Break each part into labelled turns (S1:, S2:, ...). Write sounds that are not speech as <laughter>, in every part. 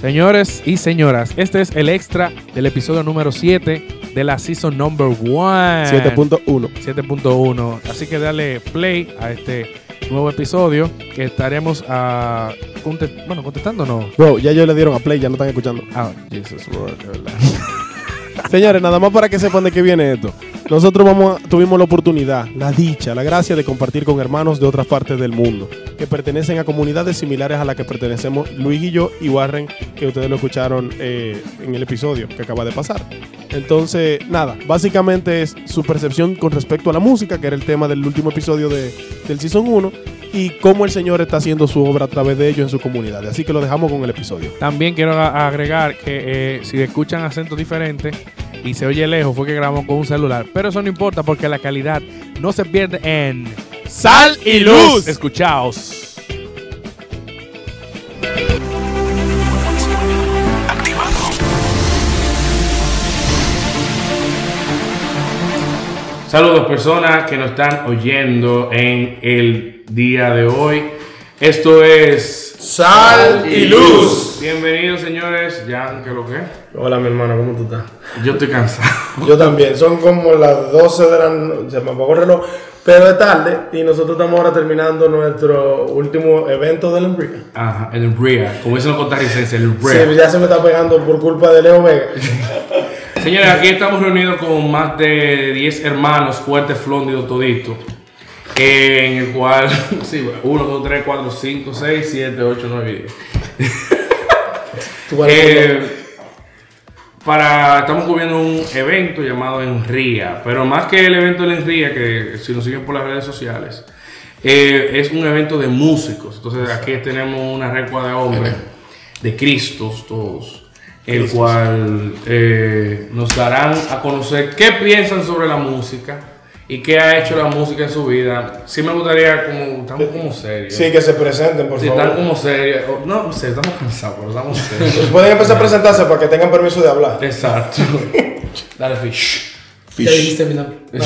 S1: Señores y señoras, este es el extra del episodio número 7 de la season number 1.
S2: 7.1.
S1: 7.1. Así que dale play a este nuevo episodio que estaremos ah, conte- bueno, contestándonos.
S2: Bro, ya ellos le dieron a play, ya no están escuchando.
S1: Ah, Jesus Lord, de verdad.
S2: <laughs> Señores, nada más para que sepan de qué viene esto. Nosotros vamos a- tuvimos la oportunidad, la dicha, la gracia de compartir con hermanos de otras partes del mundo que pertenecen a comunidades similares a las que pertenecemos Luis y yo y Warren, que ustedes lo escucharon eh, en el episodio que acaba de pasar. Entonces, nada, básicamente es su percepción con respecto a la música, que era el tema del último episodio de, del Season 1, y cómo el Señor está haciendo su obra a través de ellos en su comunidad. Así que lo dejamos con el episodio.
S1: También quiero a- agregar que eh, si escuchan acentos diferentes y se oye lejos, fue que grabamos con un celular. Pero eso no importa porque la calidad no se pierde en Sal y Luz. Escuchaos. Saludos personas que nos están oyendo en el día de hoy. Esto es
S2: Sal y luz.
S1: Bienvenidos, señores. Ya, que lo que?
S2: Hola, mi hermano, ¿cómo tú estás?
S1: Yo estoy cansado.
S2: <laughs> Yo también, son como las 12 de la noche, se me apagó el reloj, pero es tarde y nosotros estamos ahora terminando nuestro último evento del Enrique.
S1: Ajá, el Brea. Como dicen los costarricenses, el Brea.
S2: Sí, ya se me está pegando por culpa de Leo
S1: <laughs>
S2: Vega.
S1: Señores, aquí estamos reunidos con más de 10 hermanos, fuertes, flóndidos, toditos. eh, En el cual, <laughs> sí, 1, 2, 3, 4, 5, 6, 7, 8, 9, 10.
S2: Tú vas a-
S1: Eh, para, estamos cubriendo un evento llamado Enría, pero más que el evento de Enría, que si nos siguen por las redes sociales, eh, es un evento de músicos. Entonces aquí tenemos una recua de hombres, de Cristos todos, el cual eh, nos darán a conocer qué piensan sobre la música y qué ha hecho la música en su vida. Sí me gustaría, como estamos como serios.
S3: Sí, que se presenten, por
S1: Sí, están
S3: favor.
S1: como serios. O- No, no sé, estamos cansados, pero estamos serios.
S2: <laughs>
S3: Pueden empezar a presentarse para que tengan permiso de hablar.
S1: Exacto. Dale fish.
S4: Ya dijiste mi
S1: <laughs>
S4: nombre.
S2: <laughs>
S4: No.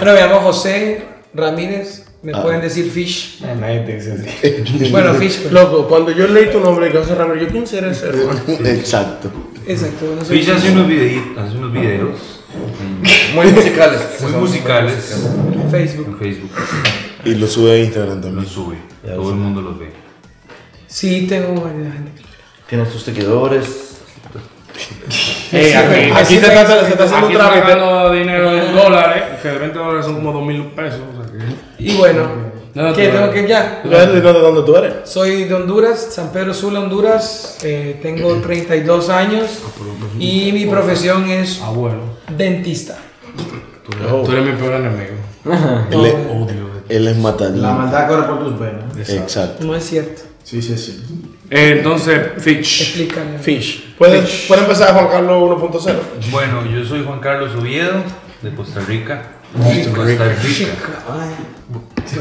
S4: Bueno, me llamo José Ramírez. Me
S5: Ah.
S4: pueden decir Fish.
S2: Ah,
S3: Nadie te dice así.
S5: <laughs>
S4: Bueno, Fish. pero-
S2: Loco, cuando yo leí tu nombre, yo Ramírez, yo quién será ese hermano.
S5: <laughs> Exacto.
S4: Exacto. No soy
S6: Fish hace unos videitos, hace unos videos
S3: <laughs>
S4: Mm.
S3: Muy musicales.
S6: <laughs> muy musicales
S4: en Facebook.
S6: en Facebook.
S5: Y lo sube a Instagram
S6: Los
S5: también.
S6: sube, todo el mundo los ve.
S4: Sí, tengo variedad de gente.
S5: Tiene sus
S7: <laughs>
S5: seguidores.
S1: Ey, aquí,
S2: Eh, Aquí te está, se está haciendo
S1: aquí
S2: un
S1: está
S2: trámite.
S1: pagando dinero en dólares, que de 20 dólares son como 2 mil pesos. O sea que...
S4: Y bueno,
S1: No,
S4: ¿qué
S1: tú-
S4: tengo que ya?
S2: Ya no de dónde tú eres.
S4: Soy de Honduras, San Pedro Sula, Honduras. Eh, tengo 32 años. Y mi profesión es
S1: Abuelo,
S4: dentista.
S1: tú eres, tú eres mi peor enemigo.
S5: Él es,
S1: Odio.
S5: él es matadito.
S3: maldad corre por tus venas.
S5: Exacto.
S4: No es cierto.
S3: Sí, sí, sí.
S1: Eh, entonces, Fitch.
S4: Explícame.
S2: Fish.
S3: ¿Puede, puede empezar Juan Carlos 1.0.
S6: Bueno, yo soy Juan Carlos Oviedo, de Costa Rica. De Costa Rica. <laughs>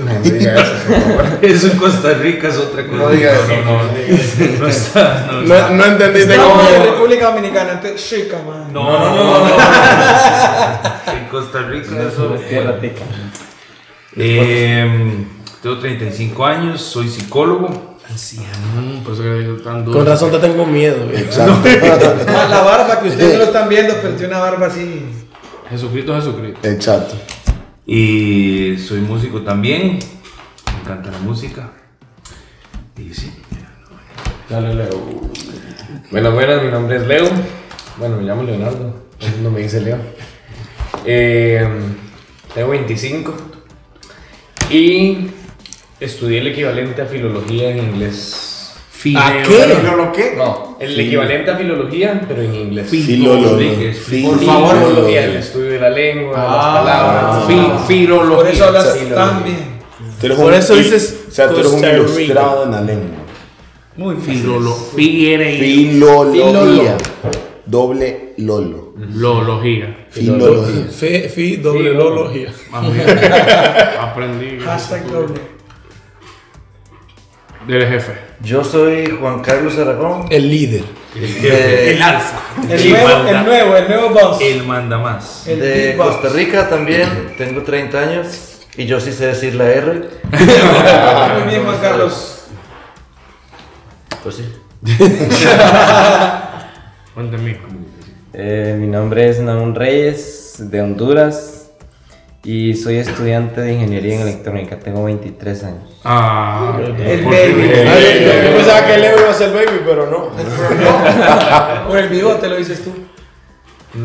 S6: Eso en Costa Rica es otra cosa. No
S3: diga eso,
S6: no, no. <laughs> No está, no está.
S3: No, no entendiste cómo.
S4: Estamos en República Dominicana. Te- Chica, man.
S6: No, no, no, no. En Costa Rica eso es Eh, tengo 35 años, soy psicólogo.
S1: Mm, por eso que digo tan duro.
S2: Con razón te tengo miedo. güey. <laughs>
S5: Exacto. <laughs>
S4: Ah, La barba que ustedes no lo están viendo, pero tiene una barba así.
S1: Jesucristo, Jesucristo.
S5: Exacto.
S6: Y soy músico también. Me encanta la música. Y sí.
S8: Dale, Leo. Bueno, buenas, mi nombre es Leo. Bueno, me llamo Leonardo. Todo el mundo me dice Leo. Eh, tengo 25. Y estudié el equivalente a filología en inglés.
S1: ¿A
S3: ¿Yo lo qué?
S8: No, el equivalente a filología, pero en inglés.
S5: Filólogo.
S6: Rodríguez,
S8: Por favor, filología, el estudio de la
S5: Ah.
S8: lengua, de las
S6: Ah,
S8: palabras.
S1: Fi- Firología.
S4: Ah. Por eso hablas
S8: sí, lo
S4: tan
S8: vi.
S4: bien.
S2: Por eso dices
S5: O sea, tú eres un
S2: Costa Rica.
S5: ilustrado en la lengua.
S4: Muy fácil.
S1: Firolo, fire-
S5: Filología. Doble lolo.
S1: lología.
S4: <laughs>
S5: Filología.
S2: Fi, fi,
S6: <laughs>
S2: doble lología.
S1: Vamos bien. Aprendí.
S4: Hashtag doble.
S1: Del jefe.
S7: Yo soy Juan Carlos Aragón.
S2: El líder.
S7: De,
S6: El alfa.
S4: El nuevo, el nuevo, el nuevo boss.
S6: El manda más.
S4: El
S7: de
S4: big boss.
S7: Costa Rica también. Tengo 30 años. Y yo sí sé decir la R.
S4: Muy bien, Juan Carlos.
S7: Pues sí.
S1: Cuéntame.
S9: Eh, mi nombre es Naun Reyes, de Honduras, y soy estudiante de Ingeniería en Electrónica, tengo 23 años.
S1: Ah,
S4: El
S1: por
S4: baby.
S1: fin.
S2: Ay, Yo pensaba que Leo iba a ser baby, pero no.
S4: Por el bigote lo dices tú.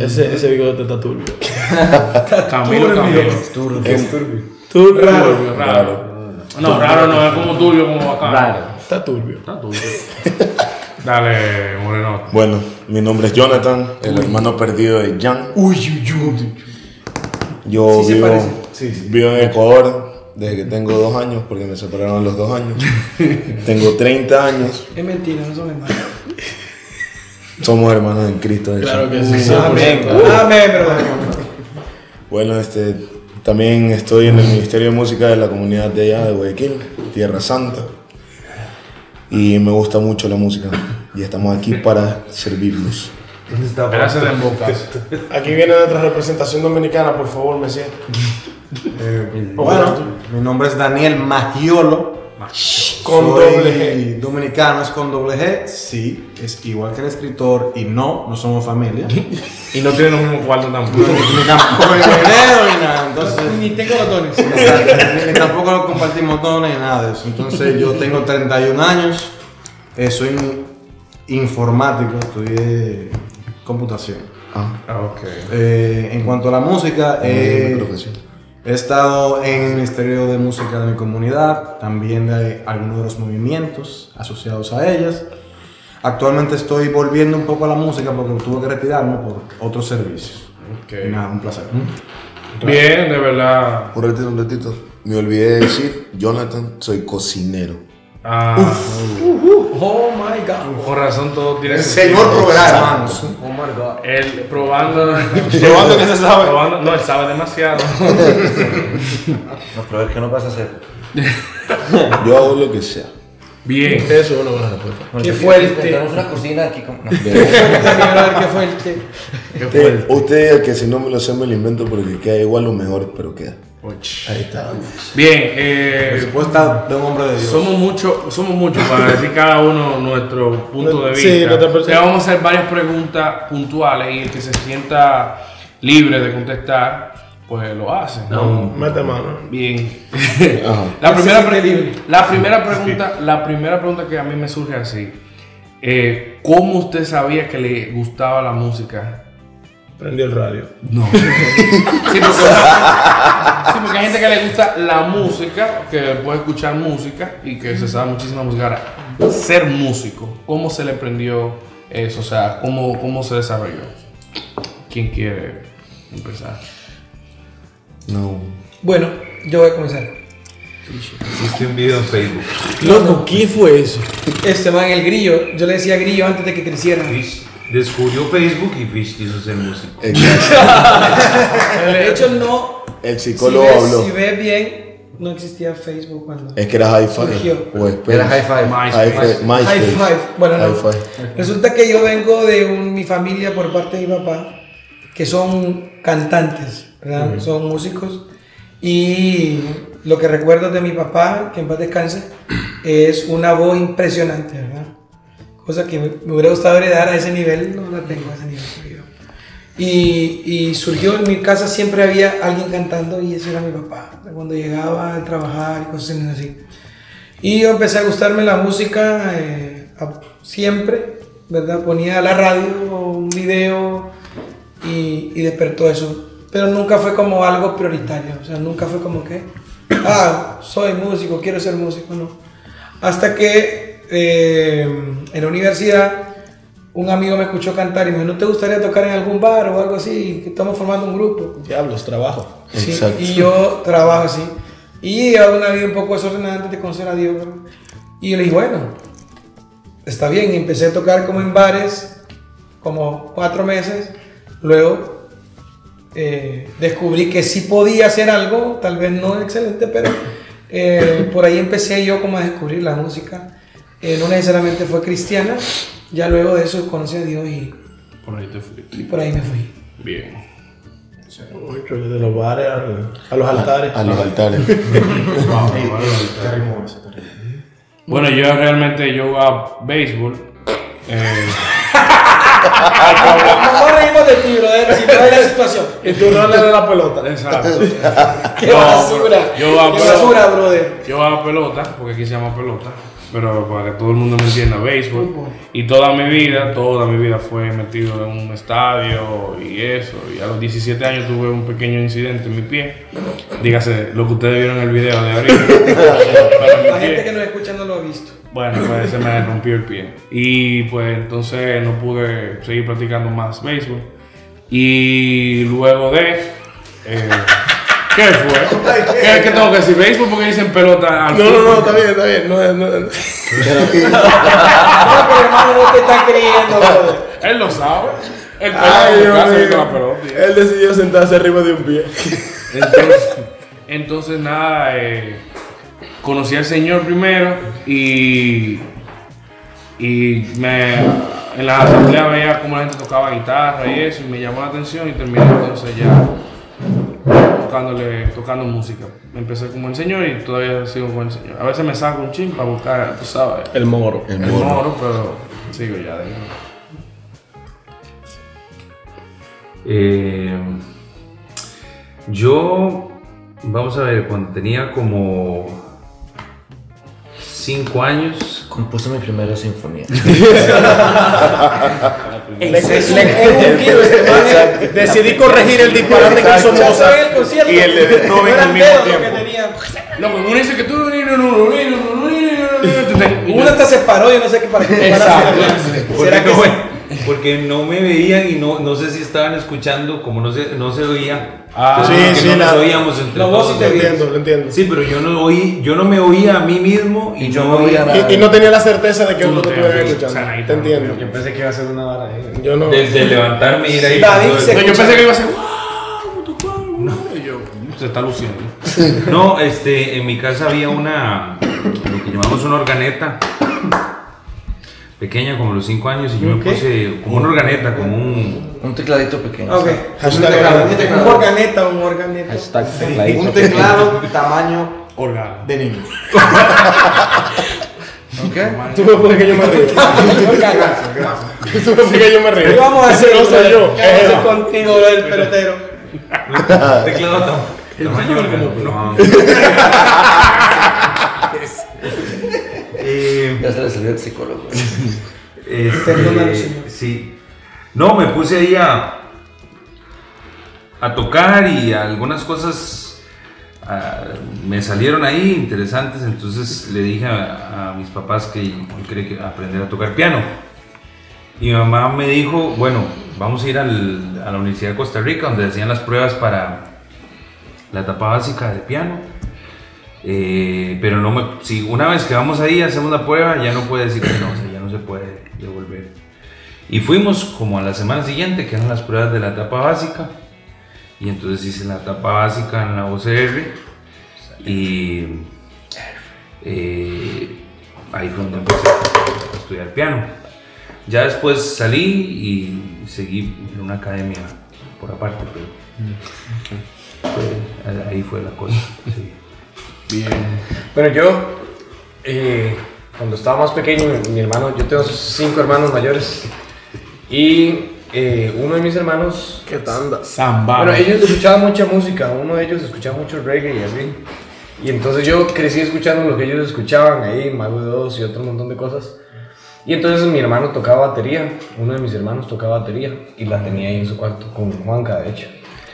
S2: Ese, ese bigote está turbio.
S1: <laughs> Camilo, Camilo.
S10: Tú,
S1: Turbio, raro. No, raro no, es como turbio, como acá.
S9: Raro.
S2: Está turbio.
S1: Está turbio. Dale, Moreno.
S5: Bueno, mi nombre es Jonathan, el hermano perdido de Jan. Uy, uy, uy. Yo
S4: Sí se
S5: vivo,
S4: parece.
S5: vivo en Ecuador desde que tengo dos años, porque me separaron a los dos
S4: <laughs>
S5: años. tengo 30 años,
S4: Es mentira, no son hermanos.
S5: somos hermanos en Cristo. de hecho.
S2: Claro que sí.
S4: Amén. Amén, brother.
S5: Bueno, este, también estoy en el Ministerio de Música de la comunidad de allá de Guayaquil, Tierra Santa. Y me gusta mucho la música. Y estamos aquí para servirnos.
S6: ¿Dónde está
S1: Gracias de bocas.
S2: <laughs> Aquí viene nuestra representación dominicana, por favor, Messi.
S11: Bueno, Eh, mi nombre es Daniel Magiolo.
S2: Con
S11: Soy
S2: doble G.
S11: Dominicano es con doble G, sí, es igual que el escritor y no, no somos familia. Ni
S1: <laughs> Y no tiene los mismos cuartos tampoco.
S11: tampoco el heredero ni nada, entonces.
S4: Ni tengo botones.
S11: <laughs> Exacto, ni- ni tampoco lo compartimos todo ni nada de eso. Entonces yo tengo 31 años, eh, soy in- informático, estudié computación.
S1: Ah, ok.
S11: Eh, en cuanto a la música, eh,
S5: Mi profesión.
S11: he estado en el Ministerio de Música de mi comunidad, también de algunos de los movimientos asociados a ellas. Actualmente estoy volviendo un poco a la música porque tuve que retirarme por otros servicios. Y nada, un placer.
S5: Mm.
S1: Bien, de verdad.
S5: Un ratito, un ratito. Me olvidé de decir, Jonathan, soy cocinero.
S1: Ah,
S4: Oh my god.
S1: con razón todo tiene
S11: proveerá, hermanos.
S4: Oh
S1: Él
S11: <laughs>
S1: probando.
S2: Probando que se sabe.
S1: Probando- no, él sabe demasiado.
S7: <laughs> No, pero a ver, ¿qué nos vas a hacer?
S5: Yo hago lo que sea.
S1: Bien.
S2: Eso es una buena respuesta.
S7: Bueno,
S4: Qué
S7: si quieres,
S4: fuerte.
S7: Tenemos una cocina aquí como... no. <laughs>
S4: Qué fuerte.
S5: Usted, Eh, usted diga que si no me lo sé me lo invento porque queda igual o mejor, pero queda. Ahí está.
S1: Bien, eh,
S11: Respuesta de un hombre de Dios.
S1: somos muchos somos muchos para decir cada uno nuestro punto de
S2: Sí,
S1: vista.
S2: nuestra
S1: Te vamos a hacer varias preguntas puntuales y el que se sienta libre de contestar, pues lo hace.
S2: Mete mano.
S1: Bien. <laughs> la, primera pre- la primera pregunta, la primera pregunta que a mí me surge así. eh, ¿Cómo usted sabía que le gustaba la música?
S2: Prendió el radio. <laughs>
S1: No. Sí, porque, sí, porque hay gente que le gusta la música, que puede escuchar música y que se sabe muchísima música. Ahora, ser músico, ¿cómo se le prendió eso? O sea, ¿cómo, cómo se desarrolló? ¿Quién quiere empezar?
S5: No.
S4: Bueno, yo voy a comenzar.
S6: Hiciste un video en Facebook.
S2: Loco, ¿qué fue eso?
S4: Este man, el grillo. Yo le decía grillo antes de que
S7: <laughs>
S4: creciera.
S6: Fish descubrió Facebook y Fish quiso ser músico.
S5: Exacto.
S4: <laughs> De hecho, no.
S5: El psicólogo
S4: si ves,
S5: habló.
S4: Si ves bien, no existía Facebook cuando.
S5: Es que era hi-fi.
S4: Surgió.
S5: O
S7: Era
S5: espera.
S7: high five.
S5: Hi-fi. MySpace.
S4: High five. Bueno, no.
S5: Hi-fi.
S4: Resulta que yo vengo de un- mi familia por parte de mi papá, que son cantantes, ¿verdad? Son músicos. Y lo que recuerdo de mi papá, que en paz descanse, es una voz impresionante, ¿verdad? Cosa que me, me hubiera gustado heredar a ese nivel, no la tengo a ese nivel. todavía. Y, y surgió en mi casa, siempre había alguien cantando y ese era mi papá, cuando llegaba a trabajar y cosas así. Y yo empecé a gustarme la música eh, a- siempre, ¿verdad? Ponía la radio o un video y, y despertó eso. Pero nunca fue como algo prioritario, o sea, nunca fue como que, ah, soy músico, quiero ser músico, no. Hasta que eh, en la universidad un amigo me escuchó cantar y me dijo, ¿no te gustaría tocar en algún bar o algo así? Que estamos formando un grupo.
S2: Diablos, trabajo.
S4: Sí,
S5: Exacto.
S4: y yo trabajo así. Y hago una vida un poco desordenada antes de conocer a Dios. ¿verdad? Y yo le dije, bueno, está bien. Y empecé a tocar como en bares, como cuatro meses. Luego eh, descubrí que sí podía hacer algo, tal vez no excelente, pero eh, por ahí empecé yo como a descubrir la música. Eh, no necesariamente fue cristiana. Ya luego de eso conocí a Dios y,
S1: Por ahí te fui.
S4: y por ahí me fui.
S1: Bien.
S2: Mucho, desde los bares a, a los altares.
S5: A los
S2: <laughs>
S5: altares.
S1: Bueno, yo realmente yo jugaba béisbol Eh,
S4: No nos reímos de ti, brother, si no es la situación.
S2: Y tú no le das la pelota.
S1: Exacto.
S4: Qué basura.
S1: Yo a
S4: Qué
S1: pelota.
S4: basura, brother.
S1: Yo a pelota, porque aquí se llama pelota. Pero para que todo el mundo me entienda, béisbol. Y toda mi vida, toda mi vida fue metido en un estadio y eso. Y a los 17 años tuve un pequeño incidente en mi pie. Dígase, lo que ustedes vieron en el video de ahorita. Pero mi
S4: La
S1: pie-
S4: gente que nos escucha no lo ha visto.
S1: Bueno, pues se me rompió el pie. Y pues entonces no pude seguir practicando más béisbol. Y luego de. eh, ¿Qué fue? ¿Qué, qué tengo que decir? ¿Béisbol? Porque dicen pelota al
S5: No, no,
S1: fútbol.
S5: no, está bien, está bien. No, no, no.
S1: <laughs>
S4: No, pero hermano, no te está creyendo, brother.
S1: Él lo sabe. Él pega
S5: Ay,
S1: en su
S5: Dios
S1: casa y
S5: mío.
S1: con la pelota. y
S5: Él decidió sentarse arriba de un pie.
S1: <laughs> Entonces, entonces, nada, eh, conocí al Señor primero y, y me, en la asamblea veía cómo la gente tocaba guitarra y eso, y me llamó la atención y terminé entonces ya tocándole, tocando música. Empecé como el Señor y todavía sigo con el Señor. A veces me saco un chin para buscar, tú sabes,
S10: El moro.
S1: el moro, pero sigo ya de nuevo.
S6: Eh, yo, vamos a ver, cuando tenía como 5 años,
S7: Compuse mi primera sinfonía.
S4: Es un kilo este man, eh.
S10: Decidí corregir el disparate que hizo
S4: Ya
S10: Mozart.
S4: sabía el concierto.
S5: Y el de Beethoven
S4: No eran
S5: al mismo
S4: dedos lo que
S5: tiempo.
S4: tenía.
S1: No, pues uno dice que tú...
S4: Uno hasta se paró, yo no sé qué para qué.
S1: Exacto.
S6: porque,
S4: ¿Será que
S6: no,
S4: sí?
S6: porque no me veían y no, no sé si estaban escuchando, como no se, no se oía.
S1: Ah,
S6: entonces,
S5: sí,
S6: como que
S5: sí,
S6: no
S5: la-
S6: nos oíamos entre
S4: la voz y
S6: todos.
S4: te
S5: Lo entiendo, lo entiendo.
S6: Sí, pero yo no oí, yo no me oía a mí mismo y, yo no oía nada.
S5: Y, y no tenía la certeza de que
S1: Tú
S5: uno
S1: no
S5: te
S1: te
S5: estuviera
S1: has visto,
S5: escuchando.
S1: Sanaí,
S5: Te
S1: no,
S5: entiendo.
S1: yo
S11: Pensé que iba a ser una vara. eh.
S5: Yo no.
S6: De, de levantarme y ir ahí.
S4: David se
S1: No, yo
S4: Escucha.
S1: pensé que iba a ser. "Wow, tu cuadro, wow", y yo, "Mm, Se está luciendo.
S6: No, este, en mi casa había una, lo que llamamos una organeta, pequeña, como los 5 años, y yo me puse como una organeta, como un...
S7: Un tecladito pequeño.
S4: Ok. Un
S5: Hashtag grande.
S4: teclado. Un organeta, un organeta.
S9: Hashtag tecladito.
S11: Un
S5: <laughs>
S11: teclado tamaño
S1: Organo.
S11: de niño.
S5: Tú me pones que yo me río. Tú me pones que yo me río.
S4: ¿Qué vamos a hacer?
S5: No soy
S4: brother?
S5: yo.
S4: ¿Qué vamos a
S5: es
S4: hacer
S5: Eva.
S4: contigo, brother, el
S6: <laughs>
S4: pelotero?
S6: Teclado tam- tamaño organo. No. Eh,
S7: Ya se le salió el psicólogo.
S6: <laughs> Este,
S4: Perdónalo, señor.
S6: Sí. No, me puse ahí a, a tocar y algunas cosas ah, me salieron ahí interesantes, entonces le dije a, a mis papás que yo quería que- aprender a tocar piano. Y mi mamá me dijo, bueno, vamos a ir al- a la Universidad de Costa Rica, donde hacían las pruebas para la etapa básica de piano. Eh, pero no me, si una vez que vamos ahí, hacemos la prueba, ya no puede decir que no, o sea, ya no se puede devolver. Y fuimos como a la semana siguiente, que eran las pruebas de la etapa básica. Y entonces hice la etapa básica en la OCR. Y eh, ahí fue donde empecé a estudiar piano. Ya después salí y seguí en una academia por aparte, pero
S12: Mm.
S6: fue- Eh, ahí fue la cosa. <laughs> sí.
S8: Bueno, yo, eh, cuando estaba más pequeño, mi, mi hermano, yo tengo cinco hermanos mayores. Y eh, uno de mis hermanos.
S2: Qué tanda.
S1: Zambado.
S8: Bueno, ellos escuchaban mucha música, uno de ellos escuchaba mucho reggae y así. Y entonces yo crecí escuchando lo que ellos escuchaban ahí, Mago de Oz y otro montón de cosas. Y entonces mi hermano tocaba batería, uno de mis hermanos tocaba batería y la tenía ahí en su cuarto con Juanca, de hecho.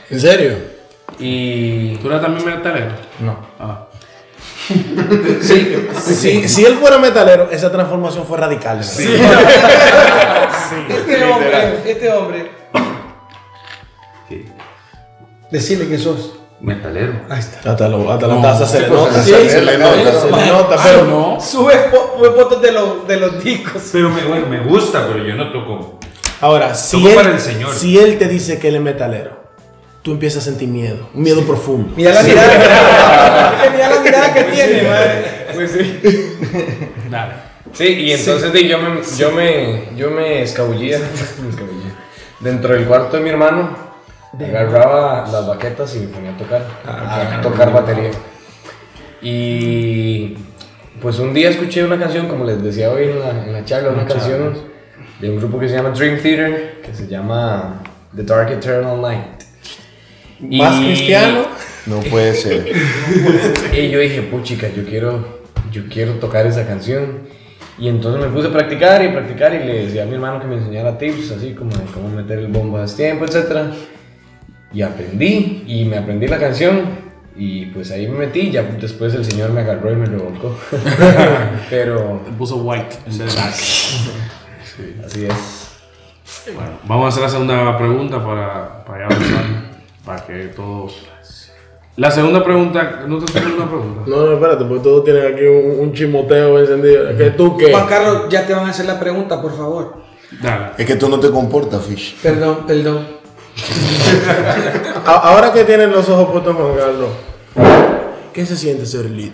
S5: ¿En serio?
S8: Y.
S1: ¿Tú eras también metalero?
S8: No.
S4: <laughs>
S1: Ah.
S8: Sí,
S2: Si, si él fuera metalero, esa transformación fue radical. ¿verdad?
S4: Este hombre, este hombre. Decirle que sos.
S6: Metalero.
S5: Hasta, lo, hasta la taza se le nota.
S4: Sí,
S5: se le nota, se le nota. Pero
S1: no.
S4: Sube fo- sube fotos de los, de los discos.
S6: Pero me, bueno, me gusta, pero yo no toco.
S2: Ahora, si
S6: Tocó
S2: él,
S6: para el Señor.
S2: si él te dice que él es metalero, tú empiezas a sentir miedo, un miedo profundo.
S4: Mira la mirada.
S8: <laughs>
S2: <laughs>
S4: que- Mira la mirada que tiene, madre.
S8: pues sí.
S1: Dale.
S8: Sí, y entonces di, yo, me, yo, me, yo me escabullía, <laughs> me escabullía dentro del cuarto de mi hermano, agarraba las baquetas y me ponía a tocar,
S4: Ah,
S8: a tocar batería. Y pues un día escuché una canción, como les decía hoy en la, en la charla, una canción de un grupo que se llama Dream Theater, que se llama The Dark Eternal Night.
S5: ¿Más cristiano? No puede ser.
S8: <laughs> y yo dije, puchica, yo quiero, yo quiero tocar esa canción. Y entonces me puse a practicar y practicar y le decía a mi hermano que me enseñara tips, así como de cómo meter el bombo a tiempo, etc. Y aprendí, y me aprendí la canción. Y pues ahí me metí, ya después el señor me agarró y me revolcó. <laughs> Pero...
S1: puso white en vez de black.
S8: Así es.
S1: Bueno, vamos a hacer la segunda pregunta para, para ya avanzar, para que todos... La segunda pregunta, ¿no te hace una pregunta?
S2: No, no, espérate, porque todos tienen aquí un, un chismoteo encendido. ¿Qué tú qué?
S4: Juan Carlos, ya te van a hacer la pregunta, por favor.
S1: Dale.
S5: Es que tú no te comportas, Fish.
S4: Perdón, perdón. <laughs>
S2: A- Ahora que tienen los ojos puestos con Carlos, ¿qué se siente ser
S1: <laughs>
S2: líder?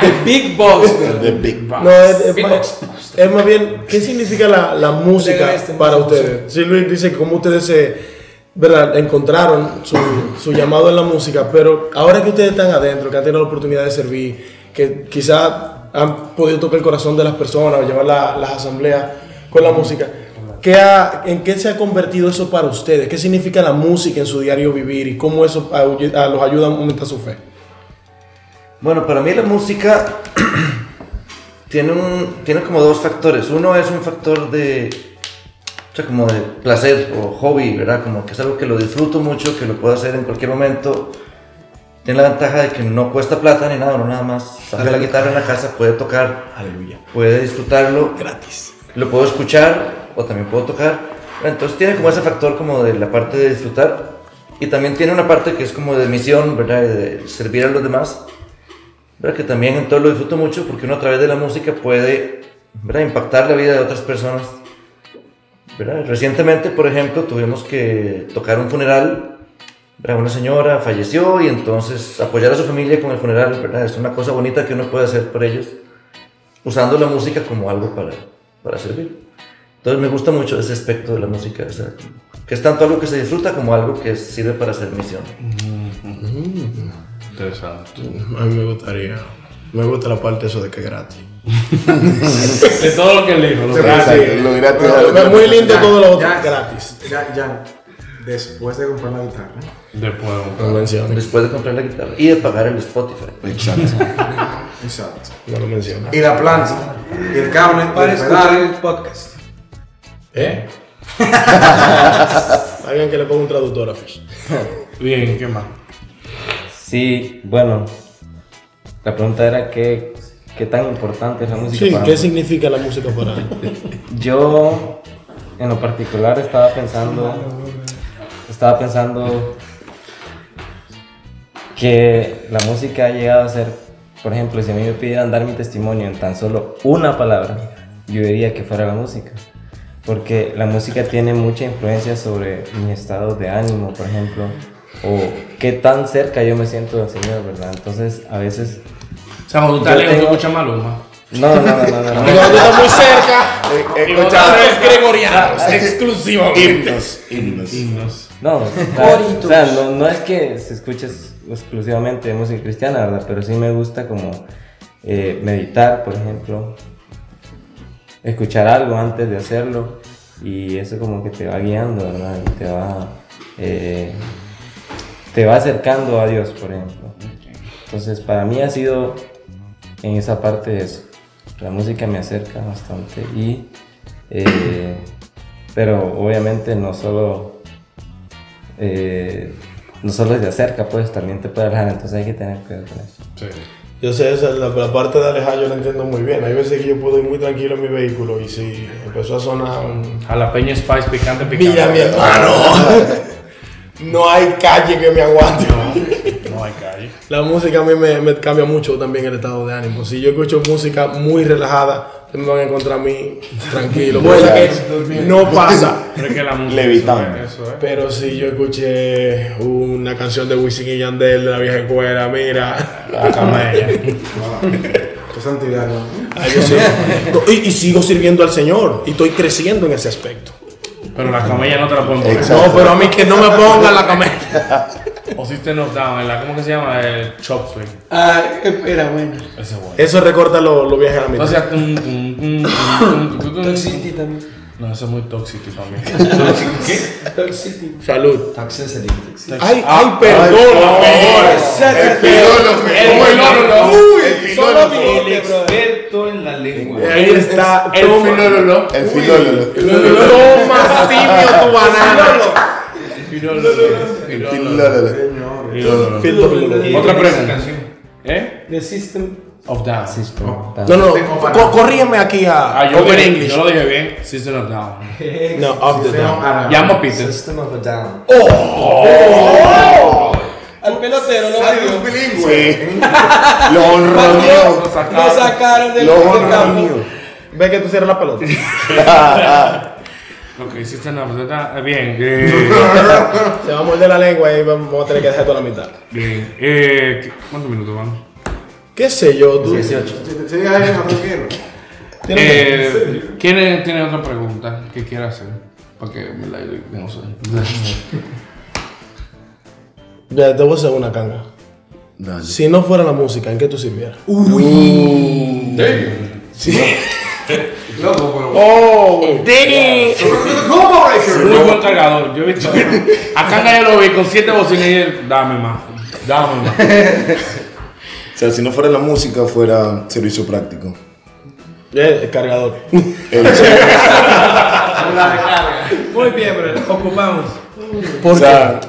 S4: The Big Boss.
S5: De Big Bang.
S2: No, es, es más, es más bien, ¿qué significa la, la música
S4: Debe este
S2: para
S4: mismo.
S2: ustedes? Sí, Luis dice que cómo ustedes se, ¿verdad? encontraron su, su llamado en la música, pero ahora que ustedes están adentro, que han tenido la oportunidad de servir, que quizás han podido tocar el corazón de las personas o llevar la- las asambleas con la música, ¿qué ha- ¿en qué se ha convertido eso para ustedes? ¿Qué significa la música en su diario vivir y cómo eso a- a- los ayuda a aumentar su fe?
S7: Bueno, para mí la música <clears throat> tiene, un, tiene como dos factores. Uno es un factor de, o sea, como de placer o hobby, ¿verdad? Como que es algo que lo disfruto mucho, que lo puedo hacer en cualquier momento. Tiene la ventaja de que no cuesta plata ni nada, uno nada más saca la guitarra en la casa, puede tocar,
S2: Aleluya.
S7: puede disfrutarlo,
S2: Gratis.
S7: lo puedo escuchar o también puedo tocar. Entonces tiene como ese factor como de la parte de disfrutar y también tiene una parte que es como de misión, ¿verdad? De servir a los demás, ¿verdad? Que también entonces lo disfruto mucho porque uno a través de la música puede, ¿verdad? Impactar la vida de otras personas, ¿verdad? Recientemente, por ejemplo, tuvimos que tocar un funeral, ¿verdad? Una señora falleció y entonces apoyar a su familia con el funeral, ¿verdad? Es una cosa bonita que uno puede hacer por ellos usando la música como algo para, para servir. Entonces me gusta mucho ese aspecto de la música, o sea, que es tanto algo que se disfruta como algo que sirve para hacer misión.
S1: Interesante.
S2: Mm. A mí me gustaría. Me gusta la parte eso de que es gratis.
S1: <laughs> De todo lo que le dijo, lo
S2: Sí,
S1: que-
S5: Exacto, lo gratis.
S2: Es muy lindo
S11: Ya,
S2: todo lo otro.
S11: ya.
S2: Gratis.
S11: Ya, ya. Después de comprar la guitarra. ¿eh?
S1: Después de
S2: No lo menciones.
S7: Después de comprar la guitarra y de pagar el Spotify.
S5: Exacto.
S11: Exacto.
S2: No lo menciones.
S11: Y la planta. Y el cable. y
S4: Para
S11: el
S4: escuchar
S11: pedal.
S4: el podcast.
S2: ¿Eh? Alguien que le ponga un traductor a Fish.
S1: un- Bien, ¿qué más?
S9: Sí, bueno, la pregunta era qué, qué tan importante es la música
S2: Sí,
S9: para
S2: ¿qué
S9: mí.
S2: significa la música para él?
S9: Yo, en lo particular, estaba pensando. Estaba pensando. Que la música ha llegado a ser. Por ejemplo, si a mí me pidieran dar mi testimonio en tan solo una palabra, yo diría que fuera la música. Porque la música tiene mucha influencia sobre mi estado de ánimo, por ejemplo, o qué tan cerca yo me siento del Señor, ¿verdad? Entonces, a veces.
S1: O sea, cuando tú estás
S9: Yo
S1: lejos, tú
S9: tengo-
S1: escuchas Maluma.
S9: No, no, no,
S1: <laughs>
S9: no, no. no.
S2: Cuando está muy cerca,
S1: Escuchas
S2: gregorianos,
S5: <laughs>
S2: exclusivamente.
S5: Himnos,
S4: <laughs>
S5: himnos.
S1: himnos.
S9: No, o sea,
S4: Coritos.
S9: o sea, no, no es que se escuche ex- exclusivamente música cristiana, ¿verdad? Pero sí me gusta como eh, meditar, por ejemplo, escuchar algo antes de hacerlo y eso como que te va guiando, ¿verdad? Y te va, eh, te va acercando a Dios, por ejemplo. Entonces, para mí ha sido en esa parte eso. La música me acerca bastante y... eh, pero obviamente no solo eh, no solo te acerca, pues también te puede alejar, entonces hay que tener cuidado con eso.
S1: Sí.
S2: Yo sé, esa, la, la parte de alejar yo la entiendo muy bien. Hay veces que yo puedo ir muy tranquilo en mi vehículo y si empezó a sonar un...
S1: Jalapeño Spice, picante, picante.
S2: Mira, mi hermano. No hay calle que me aguante.
S1: <laughs> No hay calle.
S2: La música a mí me, me cambia mucho también el estado de ánimo. Si yo escucho música muy relajada, ustedes me van a encontrar a mí tranquilo. Cosa que no pasa.
S1: Pero <laughs> es que la música.
S5: Levitando.
S1: Eso, ¿eh? es- eso
S2: Pero si yo escuché una canción de Wisin y Yandel de la vieja escuela, mira.
S1: es. La
S2: <laughs>
S1: camella.
S11: Qué santidad, ¿no?
S2: Ay, yo sí. No, y, y sigo sirviendo al Señor. Y estoy creciendo en ese aspecto.
S1: Pero la camella no te la pueden poner.
S5: Exacto.
S2: No, pero a mí que no me pongan la camisa.
S1: O System of Down, en la, ¿cómo que se llama? El Chop Swing.
S4: Ah, era bueno.
S1: Ese es bueno.
S2: Eso recorta los los viajes a la mitad.
S1: O sea, tum, tum, tum, tum, tum, tum, tum.
S4: Toxicity también.
S1: No, eso es muy tóxico para
S2: <laughs>
S1: mí. ¿Qué?
S4: Toxicity.
S1: Salud.
S8: Taxes Electrics.
S2: ay,
S1: Ah, perdón, por favor. filólogo.
S5: Uy,
S4: Solo
S6: El
S4: bigote, bro.
S6: experto en la lengua.
S1: Ahí está.
S5: El
S1: toma.
S5: filólogo. El filólogo.
S1: Toma, simio, tu banana.
S5: El
S1: Filólogo.
S5: filólogo.
S1: Filólogo. Otra pregunta. ¿Eh?
S4: The System.
S1: Of Down.
S2: No, no, co- corríeme aquí a
S1: Ah, yo, lo
S2: Over
S1: dije-
S2: English.
S1: yo lo dije bien. System of Down.
S2: No, of the down.
S1: Llamo a Peter.
S8: System of a
S1: <laughs>
S8: Down.
S4: Al pelotero lo
S5: Salió
S4: batió.
S5: bilingüe. Lo honroneó.
S4: Lo sacaron del
S5: Lo
S4: del campo.
S5: honroneó.
S2: Ve que tú cierras
S1: <laughs>
S2: la pelota.
S1: Lo que hiciste en la verdad, bien. eh, <laughs>
S2: Se va a morder la lengua y vamos a tener que dejar toda la mitad.
S1: bien. Eh, ¿qué- ¿Cuántos minutos van?
S2: ¿Qué sé yo? Tú?
S5: <laughs>
S1: Eh, ¿Quién tiene otra pregunta que quiera hacer? Porque me la no
S2: <laughs>
S1: sé.
S2: Ya, te voy a hacer una canga.
S5: Dale.
S2: Si no fuera la música, ¿en qué tú sirvieras?
S1: <laughs>
S2: Oh.
S1: Muy buen cargador. Yo he visto. Acá en yo lo vi con siete bocinas y él, dame más. Dame
S2: <laughs>
S1: más.
S5: O sea, si no fuera la música, fuera servicio práctico.
S2: Eh, el cargador.
S5: El-
S2: <laughs>
S4: Muy bien, bro. Ocupamos.
S5: o sea,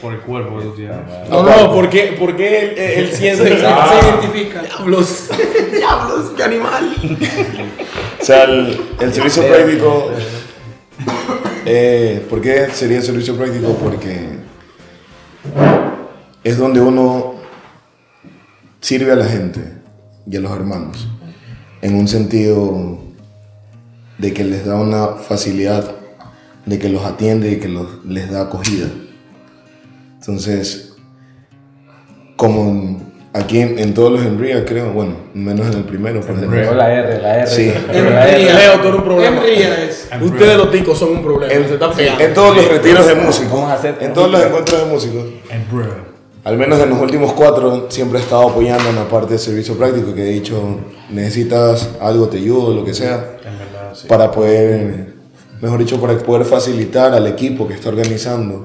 S1: Por el cuerpo que tú tienes.
S2: No, no, ¿por qué, por qué él, él- él siente?
S1: <laughs> Ah.
S4: Se identifica.
S2: Diablos. Diablos, qué animal.
S5: o sea, el, el servicio práctico. eh, ¿Por qué sería servicio práctico? Porque es donde uno sirve a la gente y a los hermanos. En un sentido de que les da una facilidad, de que los atiende y que los, les da acogida. Entonces, como en- aquí en, en todos los Enría, creo, bueno, menos en el primero, pero en
S8: Luego la R, la R.
S5: Sí.
S8: La R.
S2: Leo, tú eres un problema.
S4: Henry era ese.
S2: Ustedes los ticos son un problema.
S5: En,
S2: se están pegando.
S5: en todos los retiros de músicos,
S8: Vamos a hacer-
S5: en todos los encuentros de músicos, al menos en los últimos cuatro, siempre he estado apoyando en la parte de servicio práctico, que he dicho, necesitas algo, te ayudo, lo que sea, para poder, mejor dicho, para poder facilitar al equipo que está organizando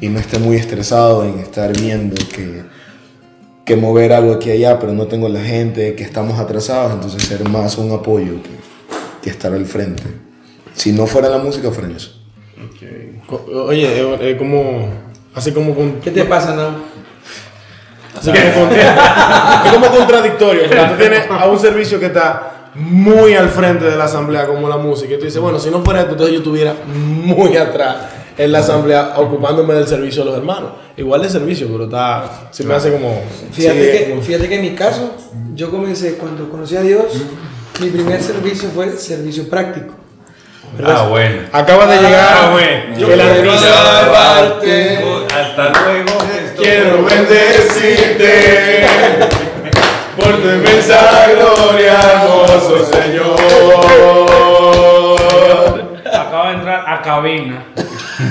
S5: y no esté muy estresado en estar viendo que, que mover algo aquí y allá, pero no tengo la gente, que estamos atrasados, entonces ser más un apoyo que, que estar al frente. Si no fuera la música, fuera eso.
S2: Co- Oye, es como. Así como con.
S4: ¿Qué te pasa, no?
S2: Así como con- <laughs> es como contradictorio. porque tú tienes a un servicio que está muy al frente de la asamblea, como la música, y tú dices, bueno, si no fuera esto, entonces yo estuviera muy atrás en la asamblea ocupándome del servicio de los hermanos. Igual de servicio, pero está. Se me hace como.
S4: Fíjate,
S2: sí,
S4: que, fíjate que en mi caso, yo comencé cuando conocí a Dios, mi primer servicio fue servicio práctico.
S6: Ah, bueno.
S2: Acaba de llegar.
S6: Ah, bueno.
S2: que la
S6: quiero
S2: revisa-
S6: alabarte. Hasta luego.
S2: Quiero bendecirte por tu inmensa gloria, hermoso Señor.
S1: Acaba de entrar a cabina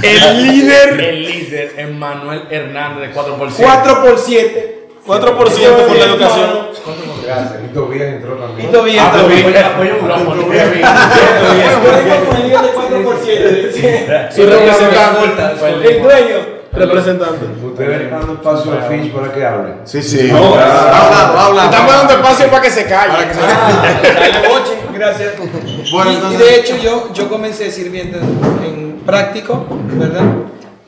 S2: El líder
S1: el líder Emmanuel Hernández de 4%.
S2: 4 por 7. 4 por 7 por la educación.
S11: Gracias. Y Tobías entró también.
S4: Y todo bien,
S1: Ah,
S4: todo bien.
S1: apoyo- apoyo un grupo, apoyo un grupo.
S4: Bueno, con el nivel de 4%.
S2: Su representante.
S4: El dueño.
S2: Representante.
S11: Ustedes dando paso al Finch para que hable.
S5: Sí, sí.
S11: Habla,
S2: Estamos dando espacio para que se calle. Ah,
S4: Gracias.
S11: Bueno,
S4: y, y
S11: entonces-
S4: de hecho yo, yo comencé sirviendo en, en práctico, ¿verdad?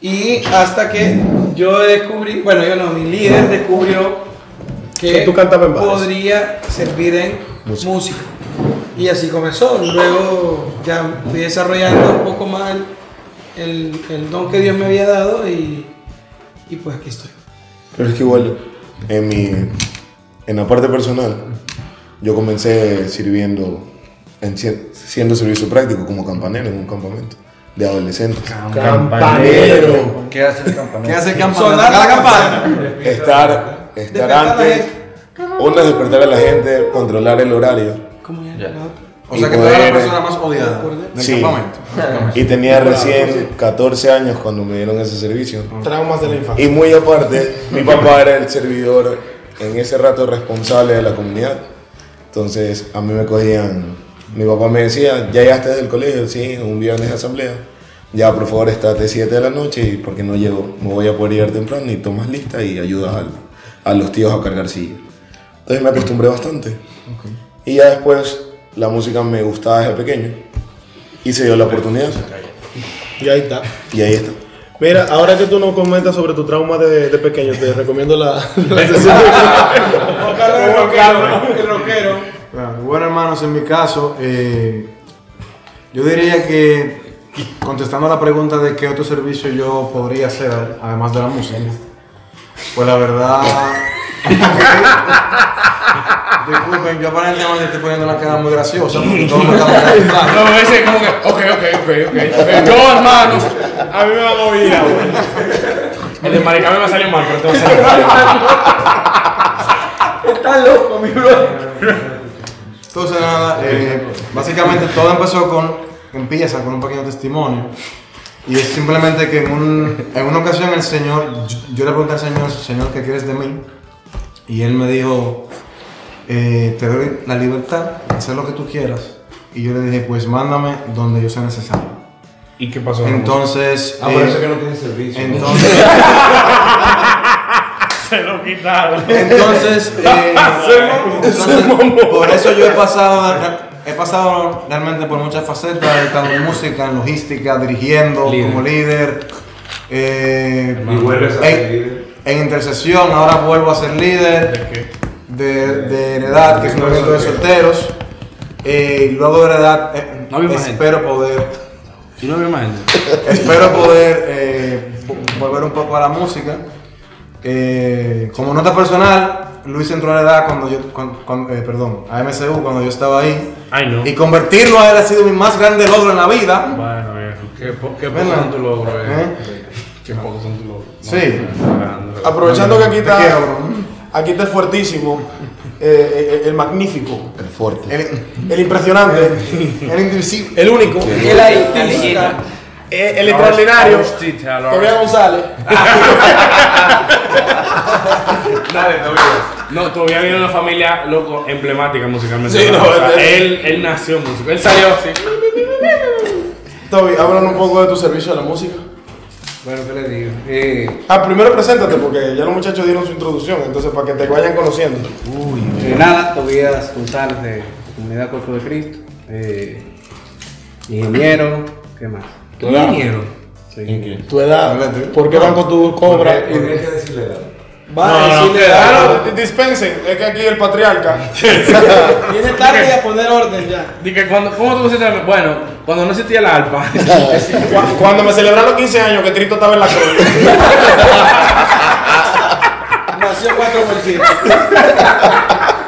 S4: Y hasta que yo descubrí, bueno, yo no, mi líder descubrió que
S2: Que tú cantabas en bares.
S4: podría servir en música. Y así comenzó. Luego ya fui desarrollando un poco más el, el- el don que Dios me había dado y, y pues aquí estoy.
S5: Pero es que igual, en mi. En la parte personal, yo comencé sirviendo. en si- siendo servicio práctico como campanero en un campamento de adolescentes.
S2: Campanero.
S7: ¿Qué hace el campanero?
S11: ¿Qué hace el
S4: Sonar la campana.
S5: Estar, estar
S4: Despertar a la
S5: antes.
S4: gente.
S5: Una es despertar a la gente, controlar el horario.
S4: ¿Cómo ya?
S7: Ya.
S4: La otra.
S11: O
S5: Y
S11: sea que tú eres la
S5: poder-
S11: persona más odiada del
S5: Sí.
S11: campamento.
S5: Y tenía recién 14 años cuando me dieron ese servicio.
S2: Traumas de la infancia.
S5: Y muy aparte, mi papá era el servidor en ese rato responsable de la comunidad. Entonces a mí me cogían, mi papá me decía, ya llegaste del colegio, sí, un viernes de asamblea. Ya por favor estate 7 de la noche y porque no llego, me voy a poder llegar temprano y tomas lista y ayudas al- a los tíos a cargar sillas. Entonces me acostumbré bastante. Y ya después la música me gustaba desde pequeño y se dio la oportunidad.
S2: Y ahí está.
S5: Y ahí está.
S2: Mira, ahora que tú nos comentas sobre tu trauma de, de pequeño, te recomiendo la, <laughs> la sesión de-
S11: El rockero. Claro. Bueno, hermanos, en mi caso, eh, yo diría que contestando a la pregunta de qué otro servicio yo podría hacer, además de la música, pues la verdad. <laughs> Disculpen, yo aparentemente estoy poniendo la cara muy graciosa porque todo me está dando
S1: No, ese es como que, ok, ok, ok, ok. Yo, hermanos, a mí me va a mover. El de Maricame me va a salir mal, pero te va a salir mal.
S8: Está loco, mi bro.
S11: Entonces, nada, eh, básicamente todo empezó con, empieza con un pequeño testimonio. Y es simplemente que en, un- en una ocasión el Señor, yo, yo le pregunté al Señor, Señor, ¿qué quieres de mí? Y Él me dijo, eh, te doy la libertad, hacer lo que tú quieras. Y yo le dije, pues mándame donde yo sea necesario.
S1: ¿Y qué pasó?
S11: Entonces,
S12: Ah, por
S11: eh,
S12: eso que no tiene servicio.
S11: entonces,
S1: Se lo quitaron.
S3: <laughs>
S1: <laughs>
S11: Entonces, eh, entonces, por eso yo he pasado, he pasado realmente por muchas facetas, tanto en música, en logística, dirigiendo
S1: Líder.
S11: como líder. eh,
S3: Y vuelves a
S11: en,
S3: ser líder.
S11: en intercesión, ahora vuelvo a ser
S1: ¿De
S11: líder
S1: qué?
S11: de, de Heredad, que es un movimiento de solteros. eh, y luego de Heredad, eh,
S1: No había más gente.
S11: espero poder
S1: Si no me mando.
S11: <laughs> Espero poder eh, vo- volver un poco a la música. Eh, como nota personal, Luis entró a la edad cuando yo, cuan- cuan- eh, perdón, a MSU cuando yo estaba ahí.
S1: Ay, no.
S11: Y convertirlo a él ha sido mi más grande logro en la vida.
S1: Bueno, viejo, qué, po qué poco
S11: Venga.
S1: son tus logros, viejo.
S11: ¿Eh?
S1: Qué poco son tus logros.
S11: Sí. Ah,
S1: Alejandro.
S2: Aprovechando que aquí
S11: Te quiero,
S2: está,
S11: bro.
S2: aquí está el fuertísimo, eh, el, el magnífico,
S5: El fuerte.
S11: El,
S2: el impresionante,
S11: el invisible.
S2: el único,
S8: El artista.
S2: eh, el extraordinario,
S1: Hostita, Lord.
S2: Tobías González.
S3: Dale, no veas.
S1: No, todavía viene de una familia loco emblemática musicalmente.
S2: Sí, no,
S1: O sea,
S2: es- es-
S1: él, él nació músico. Él salió así.
S2: Toby, háblanos un poco de tu servicio a la música.
S12: Bueno, ¿qué les digo? Eh,
S2: Ah, primero preséntate porque ya los muchachos dieron su introducción, entonces para que te vayan conociendo.
S12: Eh, nada, Tobías González de Comunidad Cuerpo de Cristo. eh, ingeniero, ¿qué más?
S1: Ingeniero.
S2: Tu edad, ¿por qué banco tú cobras?
S12: ¿Por qué hay que decirle edad?
S8: Va a decirle
S2: Claro, dispensen, es que aquí el <laughs> patriarca.
S8: Viene tarde a poner orden ya.
S1: Dije, cuando, ¿cómo tú pusiste? la- Bueno, cuando no existía la alpa.
S2: <laughs> Cu- Cuando me celebraron los 15 años que Trito estaba en la cruz.
S8: Nació 4%.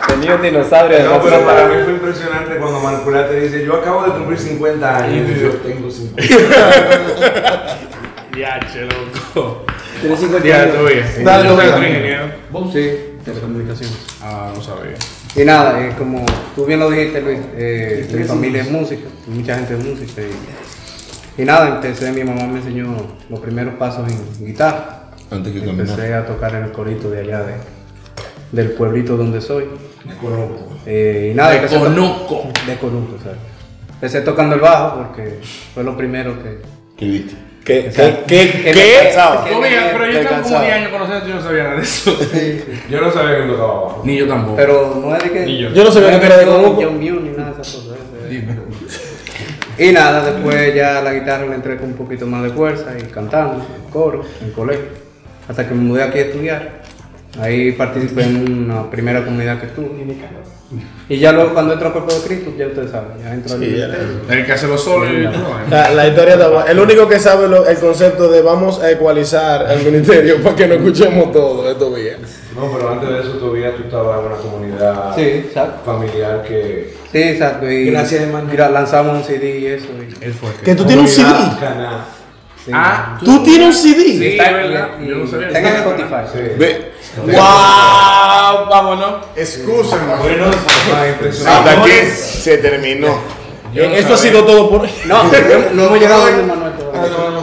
S9: Tenía un dinosaurio de
S3: No,
S9: más
S3: pero para
S9: para
S3: mí fue impresionante cuando Mancula te dice, yo acabo de cumplir 50 años y yo tengo 50.
S1: <laughs>
S3: <laughs>
S1: Ya, che, loco.
S12: Tiene 50
S1: Ya,
S12: años.
S1: Tobías.
S2: Dale,
S1: ¿Tú
S2: Tobías.
S1: eres ingeniero?
S12: Sí.
S1: Telecomunicaciones. Ah, no sabía.
S12: Y nada, eh, como tú bien lo dijiste, Luis, eh, mi familia es música, mucha gente es música. Y, y nada, empecé, mi mamá me enseñó los primeros pasos en guitarra.
S5: Antes que caminar.
S12: Empecé a tocar en el corito de allá de, del pueblito donde soy. Eh, y nada,
S1: De
S12: empecé a to-
S1: Conuco.
S12: De Conuco, ¿sabes? Empecé tocando el bajo porque fue lo primero que.
S5: ¿Qué viste?
S2: ¿Qué?
S12: Exacto.
S2: ¿Qué?
S12: Que me cansaba. Que me-
S1: Tobías, pero
S12: que
S1: yo tengo como
S12: cansaba.
S1: 10 años conociendo yo no sabía nada de eso.
S3: Yo no sabía que tocaba abajo.
S1: Ni yo tampoco.
S12: Pero no es de que.
S1: Ni yo.
S2: Yo no sabía que
S12: era
S2: era de
S12: Ni
S2: Conuco.
S12: John Mew, ni nada de esas cosas. ¿eh? Y nada, después ya la guitarra le entré con un poquito más de fuerza y cantando, en coro, en colegio. Hasta que me mudé aquí a estudiar. Ahí participé en una primera comunidad que estuve. Y ya luego cuando entro al cuerpo de Cristo, ya ustedes saben, ya entro al ministerio.
S1: El que hace los solos y todo. ¿eh?
S2: La, la historia de abajo. El único que sabe lo- el concepto de vamos a ecualizar al ministerio para que no escuchemos todo estos días.
S3: No, pero antes de eso todavía tú estabas en una comunidad
S12: Sí, exacto.
S3: familiar que...
S12: Sí, exacto. Y
S8: Gracias, hermano.
S12: Mira, lanzamos un CD y eso. y-
S1: Él fue el que.
S2: Que tú tienes un CD.
S3: Cana.
S6: Ah,
S2: ¿Tú tienes un CD?
S1: Sí,
S8: Está-
S1: ¿verdad? Yo no sabía.
S8: Está en Spotify.
S5: Ve,
S2: ¡Wow! Vámonos. Eh,
S5: excúsenme.
S6: Bueno,
S5: Hasta aquí se terminó.
S2: Eh, Esto ha sido todo por hoy. <laughs>
S3: No, no hemos llegado a Manuel todavía.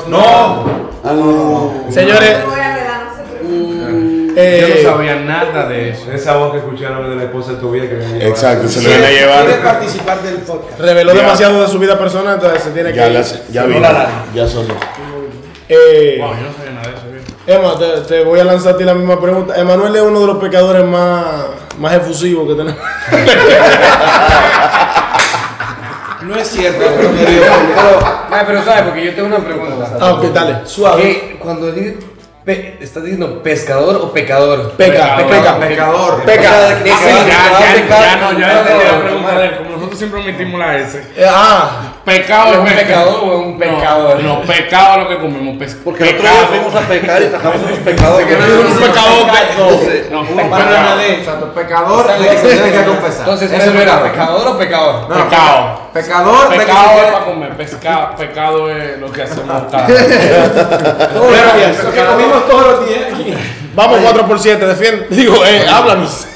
S6: no,
S2: Uh, Señores,
S13: voy a quedar, no se preocupen.
S1: Yo no
S2: eh,
S1: sabía nada de eso.
S3: Esa voz que escucharon de la esposa de tu vida que venía.
S5: Exacto, se lo van
S3: Sí.
S5: a
S4: Quiere
S5: llevar.
S4: participar del podcast.
S2: reveló
S5: Ya.
S2: demasiado de su vida personal, entonces se tiene
S5: Ya
S2: que ir.
S5: las, ya vino. Ya solo.
S2: Eh,
S1: Wow, yo no sabía nada de eso. bien.
S2: Emma, te, te voy a lanzar a ti la misma pregunta. Emanuel es uno de los pecadores más, más efusivos que tenemos.
S3: <laughs>
S4: No es cierto.
S8: Pero, ma, pero sabe, porque yo tengo una pregunta.
S2: Ah, ok, dale, suave.
S8: ¿Qué, cuando di- pe- estás diciendo pescador o pecador?
S2: Peca, peca,
S11: Pecador.
S2: peca.
S8: Ah, sí,
S1: Ya, ya,
S8: pecado,
S1: ya, no, ya
S8: pecado,
S1: entendí la
S8: pecado,
S1: pregunta
S8: madre.
S1: de él. Como nosotros siempre omitimos la S.
S2: Eh, ah,
S1: Pecado
S8: ¿Es un
S1: pesca-
S8: pecador o es un
S1: No,
S8: pecador?
S1: No, pecado es lo que comemos. pes-
S7: Porque nosotros nos fuimos a pecar y tajamos unos pecados.
S1: un pecadote.
S7: Entonces,
S1: No, un
S11: Para
S1: pecado.
S11: Exacto, pecador es el que se tiene que confesar.
S8: Entonces,
S11: Eso es
S8: ¿pero era
S11: pecado.
S8: pecador o pecador?
S11: No,
S1: Pecado.
S11: Pecador, de que se
S1: Pecado es
S11: tiene-
S1: para comer, pesca- pecado es lo que hacemos cada día.
S2: todos los días.
S11: Lo que comimos todos los días.
S2: Vamos 4 por 7 defiende. <laughs> Digo, eh, háblanos.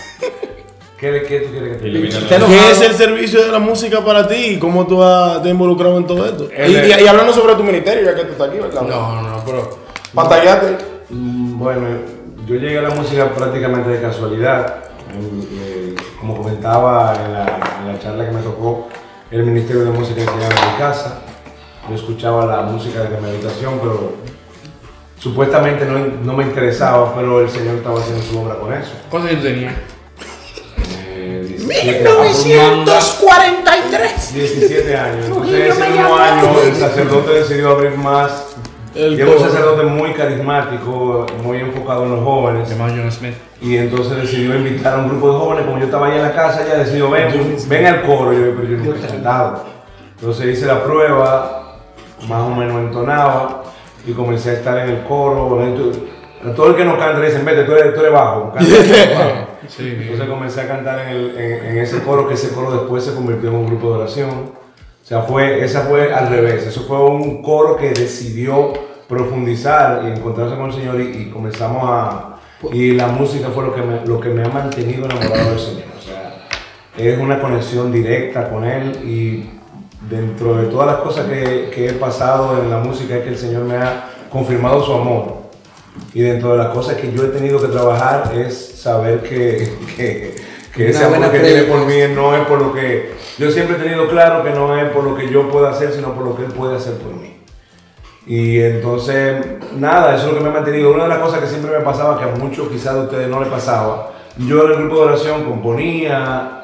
S3: ¿Qué, ¿Qué tú quieres que te diga?
S2: ¿Qué es el servicio de la música para ti y cómo tú has, te has involucrado en todo esto? Y,
S1: El-
S2: y- y hablando sobre tu ministerio, ya que tú estás aquí, ¿verdad?
S1: No, no, pero.
S2: Batallate.
S3: Mm, Bueno, yo llegué a la música prácticamente de casualidad. En- eh, Como comentaba en la, en la charla que me tocó, el Ministerio de Música enseñaba en mi casa. Yo escuchaba la música de meditación, pero supuestamente no, no me interesaba, pero el Señor estaba haciendo su obra con eso.
S1: ¿Cuántos años tenía?
S3: Eh, 17 17 años. Entonces, ese mismo año el sacerdote decidió abrir más.
S2: El
S3: Y era un
S2: coro.
S3: sacerdote muy carismático, muy enfocado en los jóvenes.
S1: Llamado John Smith.
S3: Y entonces decidió invitar a un grupo de jóvenes, como yo estaba ahí en la casa, ella decidió, ven, ven al coro, y yo, pero yo nunca he cantado. Entonces hice la prueba, más o menos entonaba, y comencé a estar en el coro. Bueno, y tú- a todo el que no canta le dicen, vete, tú eres, tú eres bajo, canta, tú eres bajo".
S1: Sí.
S3: Entonces comencé a cantar en, el- en- en ese coro, que ese coro después se convirtió en un grupo de oración. O sea, fue, esa fue al revés, eso fue un coro que decidió profundizar y encontrarse con el Señor y, y comenzamos a... Y la música fue lo que me, lo que me ha mantenido enamorado del Señor. O sea, es una conexión directa con Él y dentro de todas las cosas que, que he pasado en la música es que el Señor me ha confirmado su amor. Y dentro de las cosas que yo he tenido que trabajar es saber que, que, que ese
S4: Una buena
S3: amor que tiene
S4: previa.
S3: por mí no es por lo que... Yo siempre he tenido claro que no es por lo que yo pueda hacer, sino por lo que Él puede hacer por mí. Y entonces, nada, eso es lo que me ha mantenido. Una de las cosas que siempre me pasaba, que a muchos quizás de ustedes no les pasaba, yo en el grupo de oración componía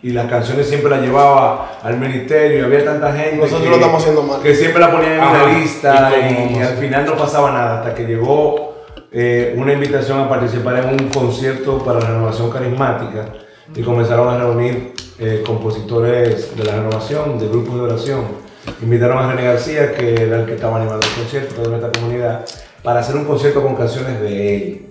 S3: y las canciones siempre las llevaba al ministerio y había tanta gente.
S2: Nosotros
S3: que-
S2: lo estamos haciendo mal.
S3: Que siempre la ponían en
S1: Ajá.
S3: una lista
S1: ¿Y cómo
S3: y,
S1: vamos a
S3: al final no pasaba nada, hasta que llegó eh, una invitación a participar en un concierto para la renovación carismática y comenzaron a reunir eh, compositores de la renovación, de grupos de oración. Invitaron a René García, que era el que estaba animando el concierto de nuestra comunidad, para hacer un concierto con canciones de él.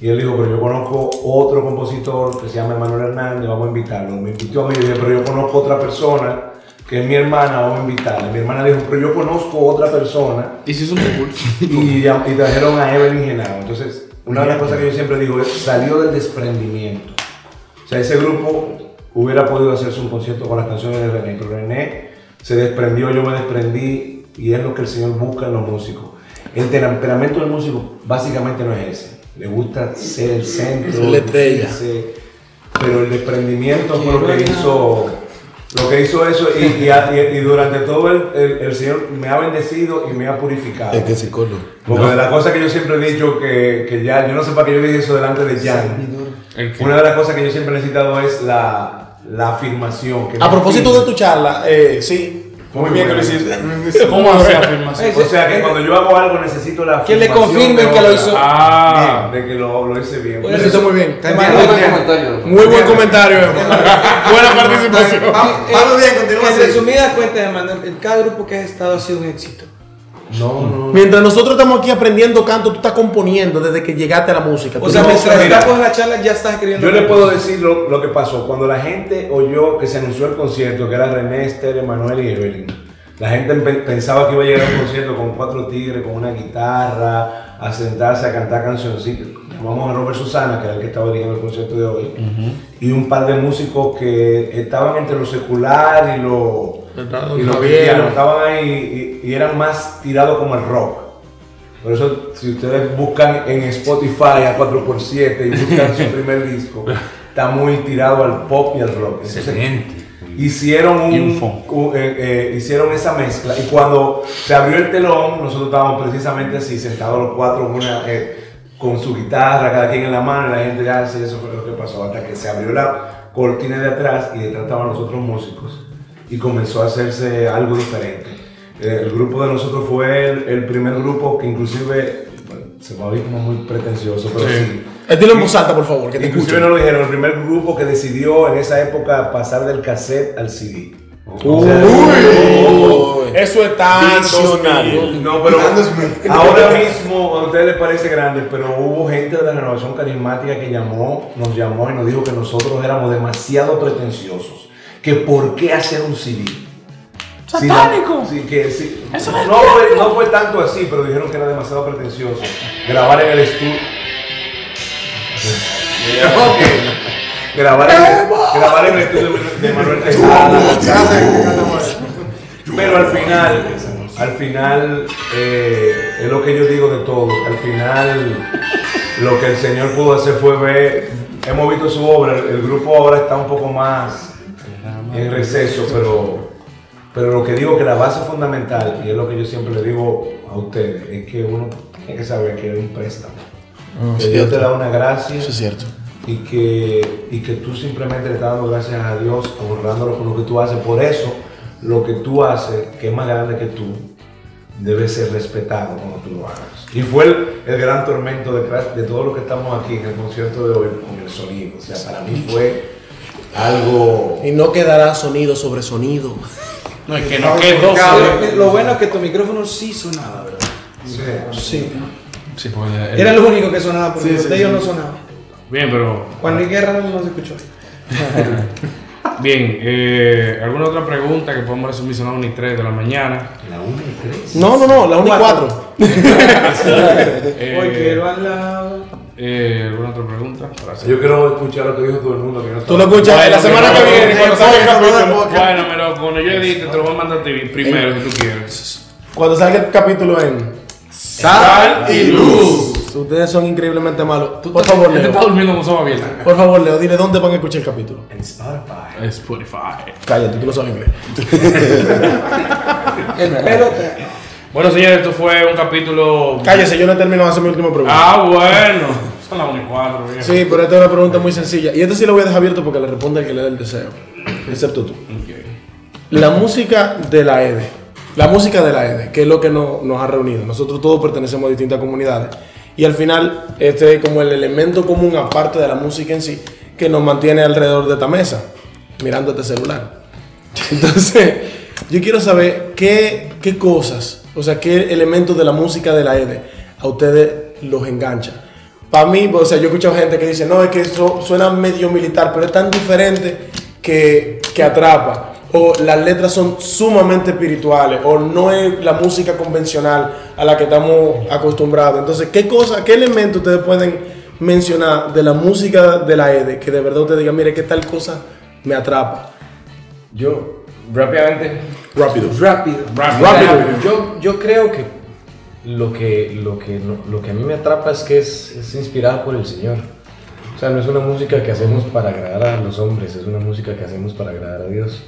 S3: Y él dijo, pero yo conozco otro compositor que se llama Emanuel Hernández, vamos a invitarlo. Me invitó a mí, yo dije, pero yo conozco otra persona que es mi hermana, vamos a invitarla. Mi hermana dijo, pero yo conozco otra persona
S1: Y si es un concurso.
S3: <laughs> y, ya- y trajeron a Evelyn Genao. Entonces, una de las cosas que yo siempre digo es, salió del desprendimiento. O sea, ese grupo hubiera podido hacerse un concierto con las canciones de René, pero René se desprendió, yo me desprendí, y es lo que el Señor busca en los músicos. El temperamento del músico básicamente no es ese. Le gusta ser el centro,
S2: La estrella.
S3: lucirse, pero el desprendimiento fue lo que hizo lo que hizo eso y, y a- y- y durante todo el, el- el Señor me ha bendecido y me ha purificado.
S5: Es que es psicólogo.
S3: Porque de las cosas que yo siempre he dicho que, que ya, yo no sé para qué yo le dije eso delante de Jan.
S1: El que-
S3: Una de las cosas que yo siempre he necesitado es la, la afirmación. que me
S2: A propósito de
S3: afirme.
S2: tu charla, eh, sí.
S3: Muy
S2: Muy bien que lo
S3: bueno.
S2: hiciste. <laughs>
S1: ¿Cómo hace afirmación?
S3: O sea que cuando yo hago algo necesito la
S4: Que
S3: afirmación.
S4: le confirmen
S3: de
S4: que lo
S3: otra.
S4: hizo.
S1: Ah.
S3: Bien, de que lo, lo hice bien.
S2: Lo hiciste muy bien.
S4: Te mando
S8: Otro
S4: un
S8: comentario.
S2: Muy buen comentario, Emma. Buena participación.
S4: Eh, En resumidas cuentas, hermano, en cada grupo que has estado ha sido un éxito.
S3: No,
S1: Mm.
S3: no.
S2: Mientras nosotros estamos aquí aprendiendo canto, tú estás componiendo desde que llegaste a la música.
S4: O
S3: Pues
S2: Tú
S4: sea,
S2: no-
S4: mientras
S3: mira.
S4: estamos en la charla ya estás escribiendo.
S3: Yo le puedo decir lo, lo que pasó. Cuando la gente oyó que se anunció el concierto, que era René, Esther, Emanuel y Evelyn, La gente pe- pensaba que iba a llegar a un concierto con cuatro tigres, con una guitarra, a sentarse a cantar cancioncitas. Llamamos a Robert Susana, que era el que estaba dirigiendo el concierto de hoy, y un par de músicos que estaban entre lo secular y lo, y lo cristiano. Estaban ahí y, y eran más tirados como el rock. Por eso, si ustedes buscan en Spotify a 4x7 y buscan su primer disco, está muy tirado al pop y al rock. Entonces,
S6: Excelente.
S3: Hicieron, un,
S1: Y un funk.
S3: u- eh, eh, hicieron esa mezcla y cuando se abrió el telón, nosotros estábamos precisamente así, sentados los cuatro en una, eh, con su guitarra, cada quien en la mano, y la gente ya, sí, eso fue lo que pasó, hasta que se abrió la cortina de atrás y detrás estaban los otros músicos y comenzó a hacerse algo diferente. Eh, El grupo de nosotros fue el, el primer grupo que inclusive, bueno, se va a oír como muy pretencioso, pero sí.
S2: Eh, Dilo en voz alta, por favor, que te
S3: Inclusive
S2: escucho.
S3: no lo dijeron, el primer grupo que decidió en esa época pasar del cassette al CD. O sea,
S10: Eso es tan
S3: no, pero ahora mismo a ustedes les parece grande, pero hubo gente de la renovación carismática que llamó, nos llamó y nos dijo que nosotros éramos demasiado pretenciosos. Que por qué hacer un CD. ¡Satánico! Sí, que sí. no, fue, no fue tanto así, pero dijeron que era demasiado pretencioso. Grabar en el estudio. <laughs> grabar, en el, grabar en el estudio de Manuel Tejada. Pero al final, al final, eh, es lo que yo digo de todo. Al final, lo que el Señor pudo hacer fue ver, hemos visto su obra, el, el grupo ahora está un poco más en receso, pero, pero lo que digo que la base fundamental, y es lo que yo siempre le digo a ustedes, es que uno tiene que saber que es un préstamo. Que Dios te da una gracia
S5: Eso es cierto.
S3: y que, y que tú simplemente le estás dando gracias a Dios, honrándolo con lo que tú haces. Por eso, lo que tú haces, que es más grande que tú, debe ser respetado cuando tú lo hagas. Y fue el, el gran tormento de, cra- de todos los que estamos aquí en el concierto de hoy con el sonido. O sea, para mí fue algo...
S2: Y no quedará sonido sobre sonido.
S1: No, es que no quedó.
S4: Cabe- Lo
S2: eh.
S4: bueno es que tu micrófono sí sonaba, ¿verdad?
S3: no sé,
S4: Sí.
S1: Sí, pues, eh,
S4: Era lo único que sonaba, porque los de ellos no sonaba.
S1: Bien, pero.
S4: Juan Luis Guerra no se escuchó.
S1: Bien, eh, ¿alguna otra pregunta que podemos resumir? Son las 1 y 3 de la mañana.
S2: No, no, no, la 1 y 4.
S4: Hoy
S1: <laughs> Eh,
S4: quiero al lado.
S1: eh, ¿Alguna otra pregunta? Para hacer-
S3: Yo quiero escuchar lo que dijo todo el mundo. Que no
S2: Tú lo escuchas
S1: Bueno,
S2: la semana
S1: pero-
S2: que viene. cuando salga el capítulo.
S1: Bueno, me lo, cuando yo edite, te lo voy a mandar a ti primero si tú quieres.
S2: Cuando salga el capítulo en Sal y Luz. Ustedes son increíblemente malos. Por favor,
S1: Este
S2: Leo.
S1: está durmiendo con sopa abierta.
S2: Por favor, Leo, dile dónde van a escuchar el capítulo.
S1: Spotify.
S2: Cállate, tú no sabes
S4: <laughs>
S2: inglés.
S4: El pelo te-
S1: Bueno, señores, esto fue un capítulo.
S2: Cállese, yo no he terminado de hacer mi última pregunta.
S1: Ah, bueno. Son las 1 y 4, bien.
S2: Sí, pero esta es una pregunta muy sencilla. Y esto sí lo voy a dejar abierto porque le responde el que le da el deseo. Excepto tú. La música de la EDE. La música de la EDE, que es lo que no- nos ha reunido. Nosotros todos pertenecemos a distintas comunidades. Y al final, este es como el elemento común, aparte de la música en sí, que nos mantiene alrededor de esta mesa, mirando este celular. <laughs> Entonces, yo quiero saber qué, qué cosas, o sea, qué elementos de la música de la EDE a ustedes los engancha. Para mí, o sea, yo he escuchado gente que dice, no, es que eso suena medio militar, pero es tan diferente que, que atrapa. O las letras son sumamente espirituales, o no es la música convencional a la que estamos acostumbrados. Entonces, ¿qué cosa, qué elemento ustedes pueden mencionar de la música de la EDE que de verdad ustedes digan, mire, qué tal cosa me atrapa?
S8: Yo, rápidamente,
S2: Rápido.
S8: rápido.
S2: Rápido.
S8: Yo, yo creo que lo que, lo, que, no- lo que a mí me atrapa es que es, es inspirada por el Señor. O sea, no es una música que hacemos para agradar a los hombres, es una música que hacemos para agradar a Dios.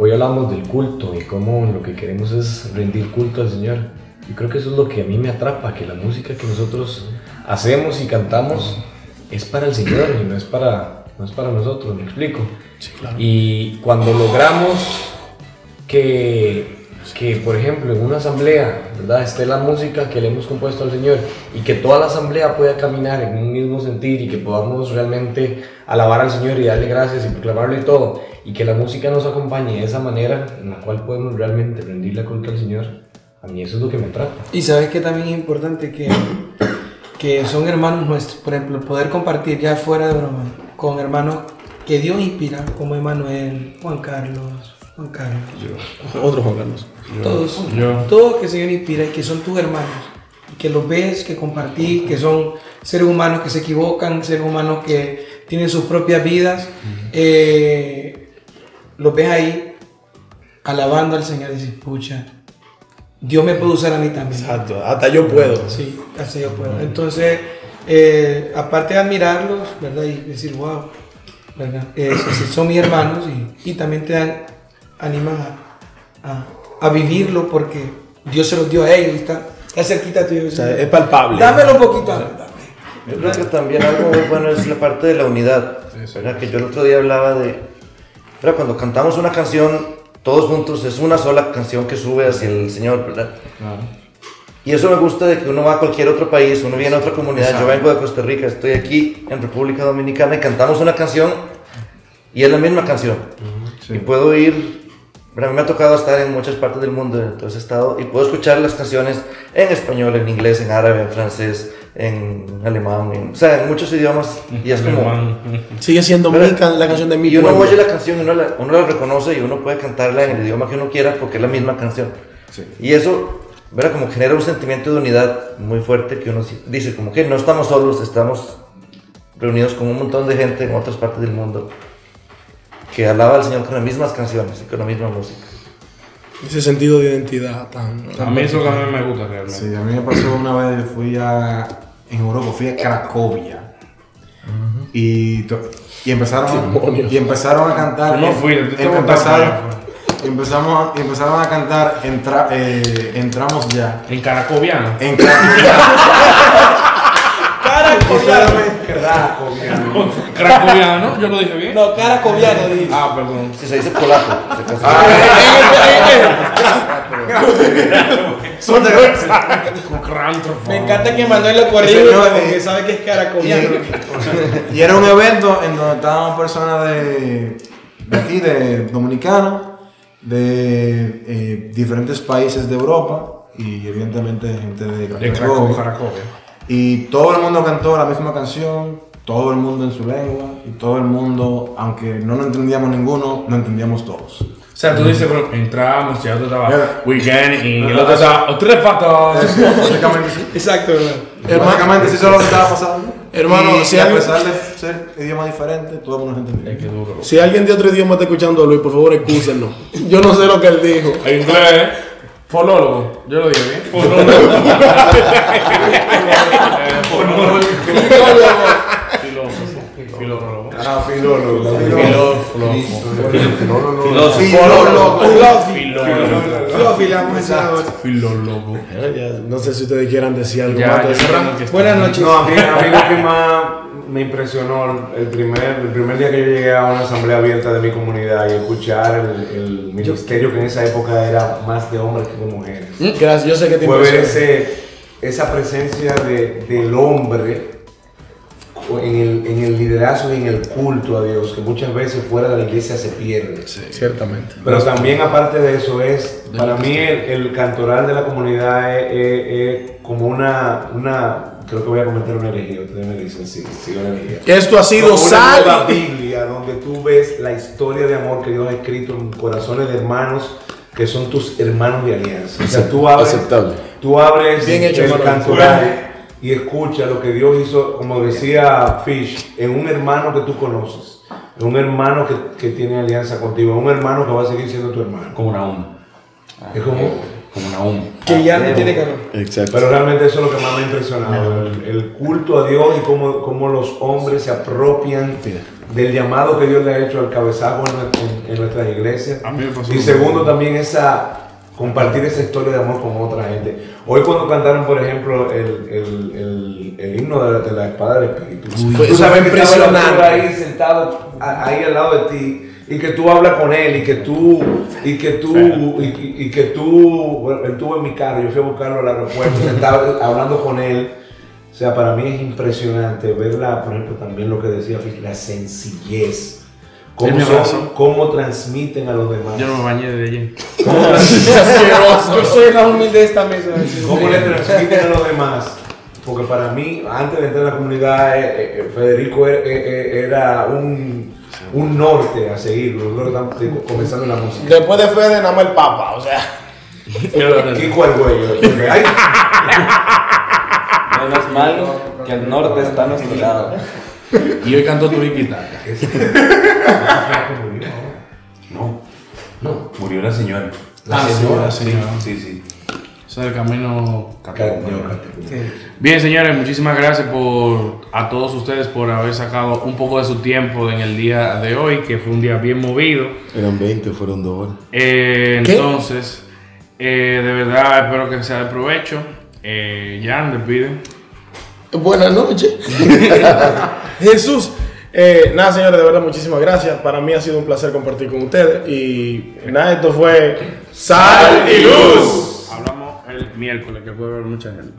S8: Hoy hablamos del culto y cómo lo que queremos es rendir culto al Señor. Yo creo que eso es lo que a mí me atrapa, que la música que nosotros hacemos y cantamos es para el Señor y no es para, no es para nosotros, me explico. Y cuando logramos que, que, por ejemplo, en una asamblea, ¿verdad? Esté la música que le hemos compuesto al Señor y que toda la asamblea pueda caminar en un mismo sentir y que podamos realmente alabar al Señor y darle gracias y proclamarle todo y que la música nos acompañe de esa manera en la cual podemos realmente rendirle culto al Señor. A mí eso es lo que me trata.
S4: Y sabes que también es importante que, que son hermanos nuestros. Por ejemplo, poder compartir ya fuera de broma con hermanos que Dios inspira, como Emanuel, Juan Carlos, Juan Carlos.
S10: Otro Juan Carlos.
S4: Todos.
S1: Yo.
S4: Todos que se inspira y que son tus hermanos. Que los ves, que compartís, que son seres humanos que se equivocan, seres humanos que tienen sus propias vidas. Eh, los ves ahí alabando al Señor y dices, pucha, Dios me puede usar a mí también.
S2: Exacto, hasta yo puedo.
S4: Sí, así yo puedo. Entonces, eh, aparte de admirarlos, ¿verdad? Y decir, wow, ¿verdad? Eh, sí, sí, son mis hermanos y, y también te dan, animan a, a- a vivirlo porque Dios se los dio a ellos y está, está cerquita tuyo.
S2: O sea, es palpable.
S4: Dámelo un poquito. a mí, dame.
S7: Yo creo que también algo muy bueno es la parte de la unidad. ¿verdad? Que yo el otro día hablaba de. ¿verdad? Cuando cantamos una canción, todos juntos, es una sola canción que sube hacia el Señor, ¿verdad? Y eso me gusta de que uno va a cualquier otro país, uno viene a otra comunidad. Yo vengo de Costa Rica, estoy aquí en República Dominicana y cantamos una canción y es la misma canción. Y puedo ir. ¿verdad? A mí me ha tocado estar en muchas partes del mundo, entonces he estado y puedo escuchar las canciones en español, en inglés, en árabe, en francés, en alemán, en- o sea, en muchos idiomas. Y es como.
S2: Sigue siendo mi can- la canción de mi
S7: Y uno
S2: pueblo.
S7: oye la canción, y uno la, uno la reconoce y uno puede cantarla en el idioma que uno quiera porque es la misma canción. Y eso, ¿verdad? Como genera un sentimiento de unidad muy fuerte que uno si- dice, como que no estamos solos, estamos reunidos con un montón de gente en otras partes del mundo que alaba al Señor con las mismas canciones y con la misma música.
S2: Ese sentido de identidad tan.
S1: A
S2: tan
S1: mí eso también me gusta realmente.
S11: Sí, a mí me pasó una vez, yo fui a. en Europa, fui a Cracovia. y, to- y, empezaron, y empezaron a cantar.
S1: Yo no fui, yo te tengo que
S11: empezaron,
S1: contar,
S11: empezamos, a- empezaron a cantar entra- eh, Entramos ya.
S1: En Caracobiano.
S11: En
S4: <laughs>
S11: Cracovia.
S1: Caracobiano, yo lo dije bien.
S4: No, cara cobiano, dice.
S1: Ah, perdón. Ah, eh,
S7: Si se dice polaco, se casi-
S1: Crantrofón.
S4: Me encanta que Manuel lo corrige
S11: Señor,
S4: porque
S11: eh,
S4: sabe que es cara
S11: Y,
S4: cobiano.
S11: <laughs>
S4: <laughs>
S11: y era un evento en donde estaban personas de, de aquí, de dominicano, de eh, diferentes países de Europa y evidentemente gente de
S1: De Cracovia.
S11: Cracovia.
S1: Cracovia.
S11: Y todo el mundo cantó la misma canción, todo el mundo en su lengua y todo el mundo, aunque no lo entendíamos ninguno, lo entendíamos todos.
S1: O sea, tú dices, bueno, entramos, ya tú estabas
S11: Yeah.
S1: weekend y el otro estaba "Oh, tres patas.
S11: Básicamente sí.
S4: Exacto, hermano.
S11: Básicamente sí, eso es lo que estaba pasando.
S2: Hermano,
S11: y,
S2: si
S11: y a
S2: alguien-
S11: pesar de ser idioma diferente, todo el mundo nos entendía.
S2: Si alguien de otro idioma está escuchando a Luis, por favor, excúsenlo. Yo no sé lo que él dijo.
S1: En inglés, fonólogo. Yo lo dije bien. Fonólogo. Eh, Fonólogo. Filósofo. Filólogo.
S3: Ah, filólogo.
S1: Filósofo.
S2: Eh, Ya, No sé si ustedes quieran decir algo
S1: Ya,
S2: más.
S1: yo
S2: de-
S1: creo que
S4: Buenas noches.
S3: No, a mí, a mí lo que más me impresionó el primer, el primer día que yo llegué a una asamblea abierta de mi comunidad y escuchar el, el ministerio que en esa época era más de hombres que de mujeres.
S2: Mm, Gracias, yo sé que te
S3: Fue ver
S2: impresiona.
S3: ese- esa presencia de- del hombre en el, en el liderazgo y en el culto a Dios, que muchas veces fuera de la iglesia se pierde.
S2: Ciertamente.
S3: Pero también aparte de eso es, para mí el, el cantoral de la comunidad es, es- es como una, una, creo que voy a cometer una herejía, ustedes me dicen, sí, sí, una herejía.
S2: Esto ha sido
S3: Como una nueva
S2: sal.
S3: Biblia donde tú ves la historia de amor que Dios ha escrito en corazones de hermanos que son tus hermanos de alianza. O sea, tú abres,
S5: Aceptable.
S3: tú abres
S2: Bien hecho,
S3: el
S2: hermano.
S3: cantoral y escucha lo que Dios hizo, como decía Fish, en un hermano que tú conoces, en un hermano que, que tiene alianza contigo, en un hermano que va a seguir siendo tu hermano.
S6: Como una onda.
S3: Es como, Ah,
S6: Como una onda.
S4: Que ya no tiene calor.
S5: Exacto.
S3: pero realmente eso es lo que más me ha impresionado, el, el culto a Dios y cómo, cómo los hombres se apropian del llamado que Dios le ha hecho al cabezazo en, nue- en- en nuestras iglesias.
S1: A mí me pasó
S3: Y
S1: lo
S3: segundo
S1: mismo.
S3: también esa compartir esa historia de amor con otra gente. Hoy cuando cantaron, por ejemplo, el, el- el- el himno de la, de la espada del espíritu,
S2: Pues,
S3: tú sabes que
S2: fue
S3: estaba el
S2: impresionante.
S3: autor ahí sentado a- ahí al lado de ti y que tú hablas con él y que tú y que tú y, y- y que tú bueno, él estuvo en mi carro yo fui a buscarlo al aeropuerto <laughs> sentado hablando con él o sea para mí es impresionante verla por ejemplo también lo que decía Fis, la sencillez
S1: Él
S3: cómo
S1: me
S3: son-
S1: abrazó.
S3: cómo transmiten a los demás
S1: Yo no me bañé de allí.
S3: <laughs> cómo, trans-
S4: <laughs> Yo soy la humilde de esta mesa.
S3: cómo le transmiten a los demás porque para mí antes de entrar en la comunidad eh, eh, Federico er- eh, eh, era un un norte a seguir, nosotros estamos tipo, comenzando en la música.
S5: Después de Fede, nada más el Papa, o sea.
S3: Kiko al güey. Ay,
S9: Menos mal que el norte está a nuestro lado.
S1: Y hoy cantó Turiquitaca.
S6: No, no, murió la señora.
S12: Ah,
S1: Ah,
S2: La señora, señora.
S6: Sí, sí.
S1: Eso del camino
S3: Catacumba.
S1: Bien, señores, muchísimas gracias por a todos ustedes por haber sacado un poco de su tiempo en el día de hoy, que fue un día bien movido.
S5: Eran 20, fueron 2 horas.
S1: Eh, entonces, eh, de verdad espero que sea de provecho. Eh, Jan, despide.
S5: <laughs>
S2: Buenas noches. Jesús. eh, nada, señores, de verdad, muchísimas gracias. Para mí ha sido un placer compartir con ustedes. Y nada, esto fue Sal y Luz.
S1: Hablamos el miércoles, que puede haber mucha gente.